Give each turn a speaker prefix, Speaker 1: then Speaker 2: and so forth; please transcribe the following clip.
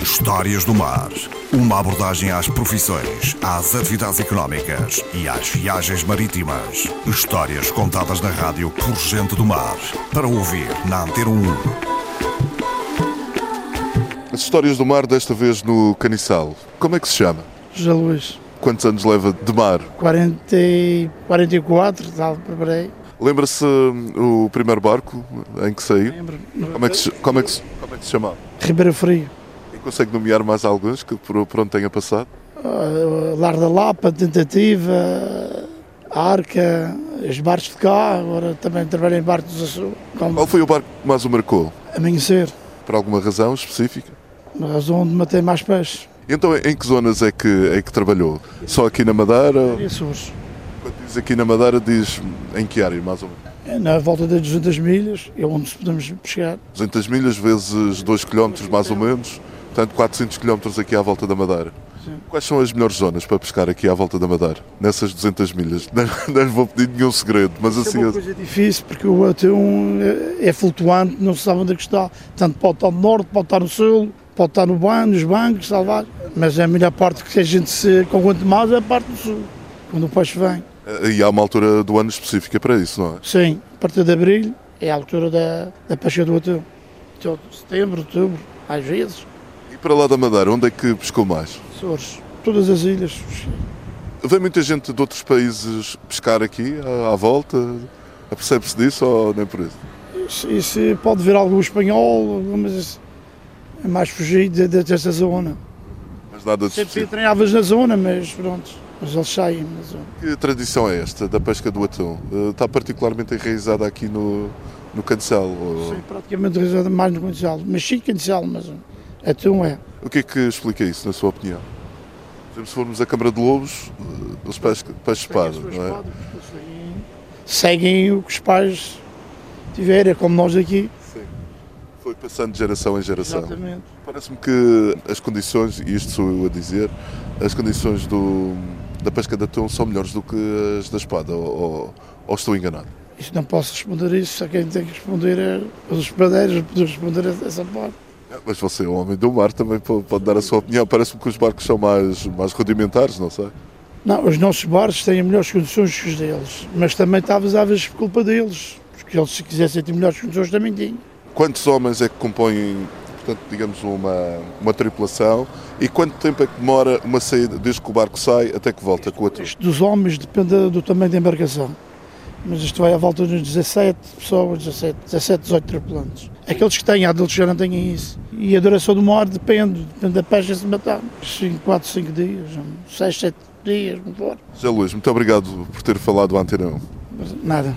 Speaker 1: Histórias do Mar. Uma abordagem às profissões, às atividades económicas e às viagens marítimas. Histórias contadas na rádio por gente do mar. Para ouvir na Antena 1.
Speaker 2: As histórias do mar, desta vez no Caniçal. Como é que se chama?
Speaker 3: José Luís,
Speaker 2: Quantos anos leva de mar?
Speaker 3: 40 e 44, tal, por aí.
Speaker 2: Lembra-se hum, o primeiro barco em que saiu?
Speaker 3: Lembro.
Speaker 2: Como é que se, como é que se, como é que se chamava?
Speaker 3: Ribeira Frio,
Speaker 2: E consegue nomear mais alguns que por, por onde tenha passado?
Speaker 3: ah, Lar da Lapa, Tentativa, Arca, os barcos de cá, agora também trabalho em barcos do Açu, como
Speaker 2: Qual foi o barco que mais o marcou?
Speaker 3: amanhecer,
Speaker 2: Por alguma razão específica?
Speaker 3: na razão onde matei mais peixe.
Speaker 2: Então, em que zonas é que, é que trabalhou? Só aqui na Madeira?
Speaker 3: E Açores,
Speaker 2: Quando diz aqui na Madeira, diz hum, em que área, mais ou menos?
Speaker 3: É na volta das 200 milhas, é onde podemos pescar.
Speaker 2: 200 milhas vezes 2 km, mais ou menos. Portanto, 400 km aqui à volta da Madeira.
Speaker 3: Sim.
Speaker 2: Quais são as melhores zonas para pescar aqui à volta da Madeira? Nessas 200 milhas? Não, não lhe vou pedir nenhum segredo, mas
Speaker 3: Isso
Speaker 2: assim...
Speaker 3: é uma coisa difícil porque o atum é- é flutuante, não se sabe onde é que está. Portanto, pode estar no norte, pode estar no sul, pode estar no banho, nos bancos, salvagem. Mas a melhor parte que a gente se conquanto mais é a parte do sul, quando o peixe vem.
Speaker 2: eh, E há uma altura do ano específica para isso, não é?
Speaker 3: Sim, a partir de abril é a altura da, da pesca do atum. Então, Setembro, outubro, às vezes,
Speaker 2: E para lá da Madeira, onde é que pescou mais?
Speaker 3: Açores, todas as ilhas.
Speaker 2: Vem muita gente de outros países pescar aqui, à, à volta? Apercebe-se disso ou nem por isso?
Speaker 3: Isso, isso pode vir algum espanhol, mas isso é mais fugido de- de- desta zona.
Speaker 2: Mas nada de
Speaker 3: Sempre
Speaker 2: específico.
Speaker 3: treinavas na zona, mas pronto. Mas eles saem na zona.
Speaker 2: Que tradição é esta da pesca do atum? Eh, Está particularmente enraizada aqui no, no Cancel? ou-
Speaker 3: Sim, praticamente realizado mais no Gonçalo. Mas sim, Gonçalo, mas atum é.
Speaker 2: O que é que explica isso, na sua opinião? Por exemplo, se formos à Câmara de Lobos, eh, eles pescam peixe espada, não é?
Speaker 3: Seguem o que os pais tiverem, é como nós aqui.
Speaker 2: Foi passando de geração em geração.
Speaker 3: Exatamente.
Speaker 2: Parece-me que as condições, e isto sou eu a dizer, as condições do, da pesca de atum são melhores do que as da espada, ou, ou estou enganado?
Speaker 3: Isso não posso responder isso, só quem tem que responder é os espadeiros, poder responder a- essa parte.
Speaker 2: Ah, Mas você é um homem do mar, também pode, pode dar a sua opinião. Parece-me que os barcos são mais, mais rudimentares, não sei.
Speaker 3: Não, os nossos bares têm melhores condições que os deles, mas também talvez às vezes por culpa deles, porque eles se quisessem ter melhores condições também tinham.
Speaker 2: Quantos homens é que compõem, portanto, digamos, uma, uma tripulação e quanto tempo é que demora uma saída, desde que o barco sai até que volta com o atum?
Speaker 3: Isto dos homens depende do tamanho da embarcação. Mas isto vai à volta dos 17 pessoas, 17, 17 18 tripulantes. Aqueles que têm, há deles que já não têm isso. E a duração do mar depende, depende da pesca se matar. 5, 4, 5 dias, 6, 7 dias, não for.
Speaker 2: José Luís, muito obrigado por ter falado à Antena 1.
Speaker 3: Mas Nada.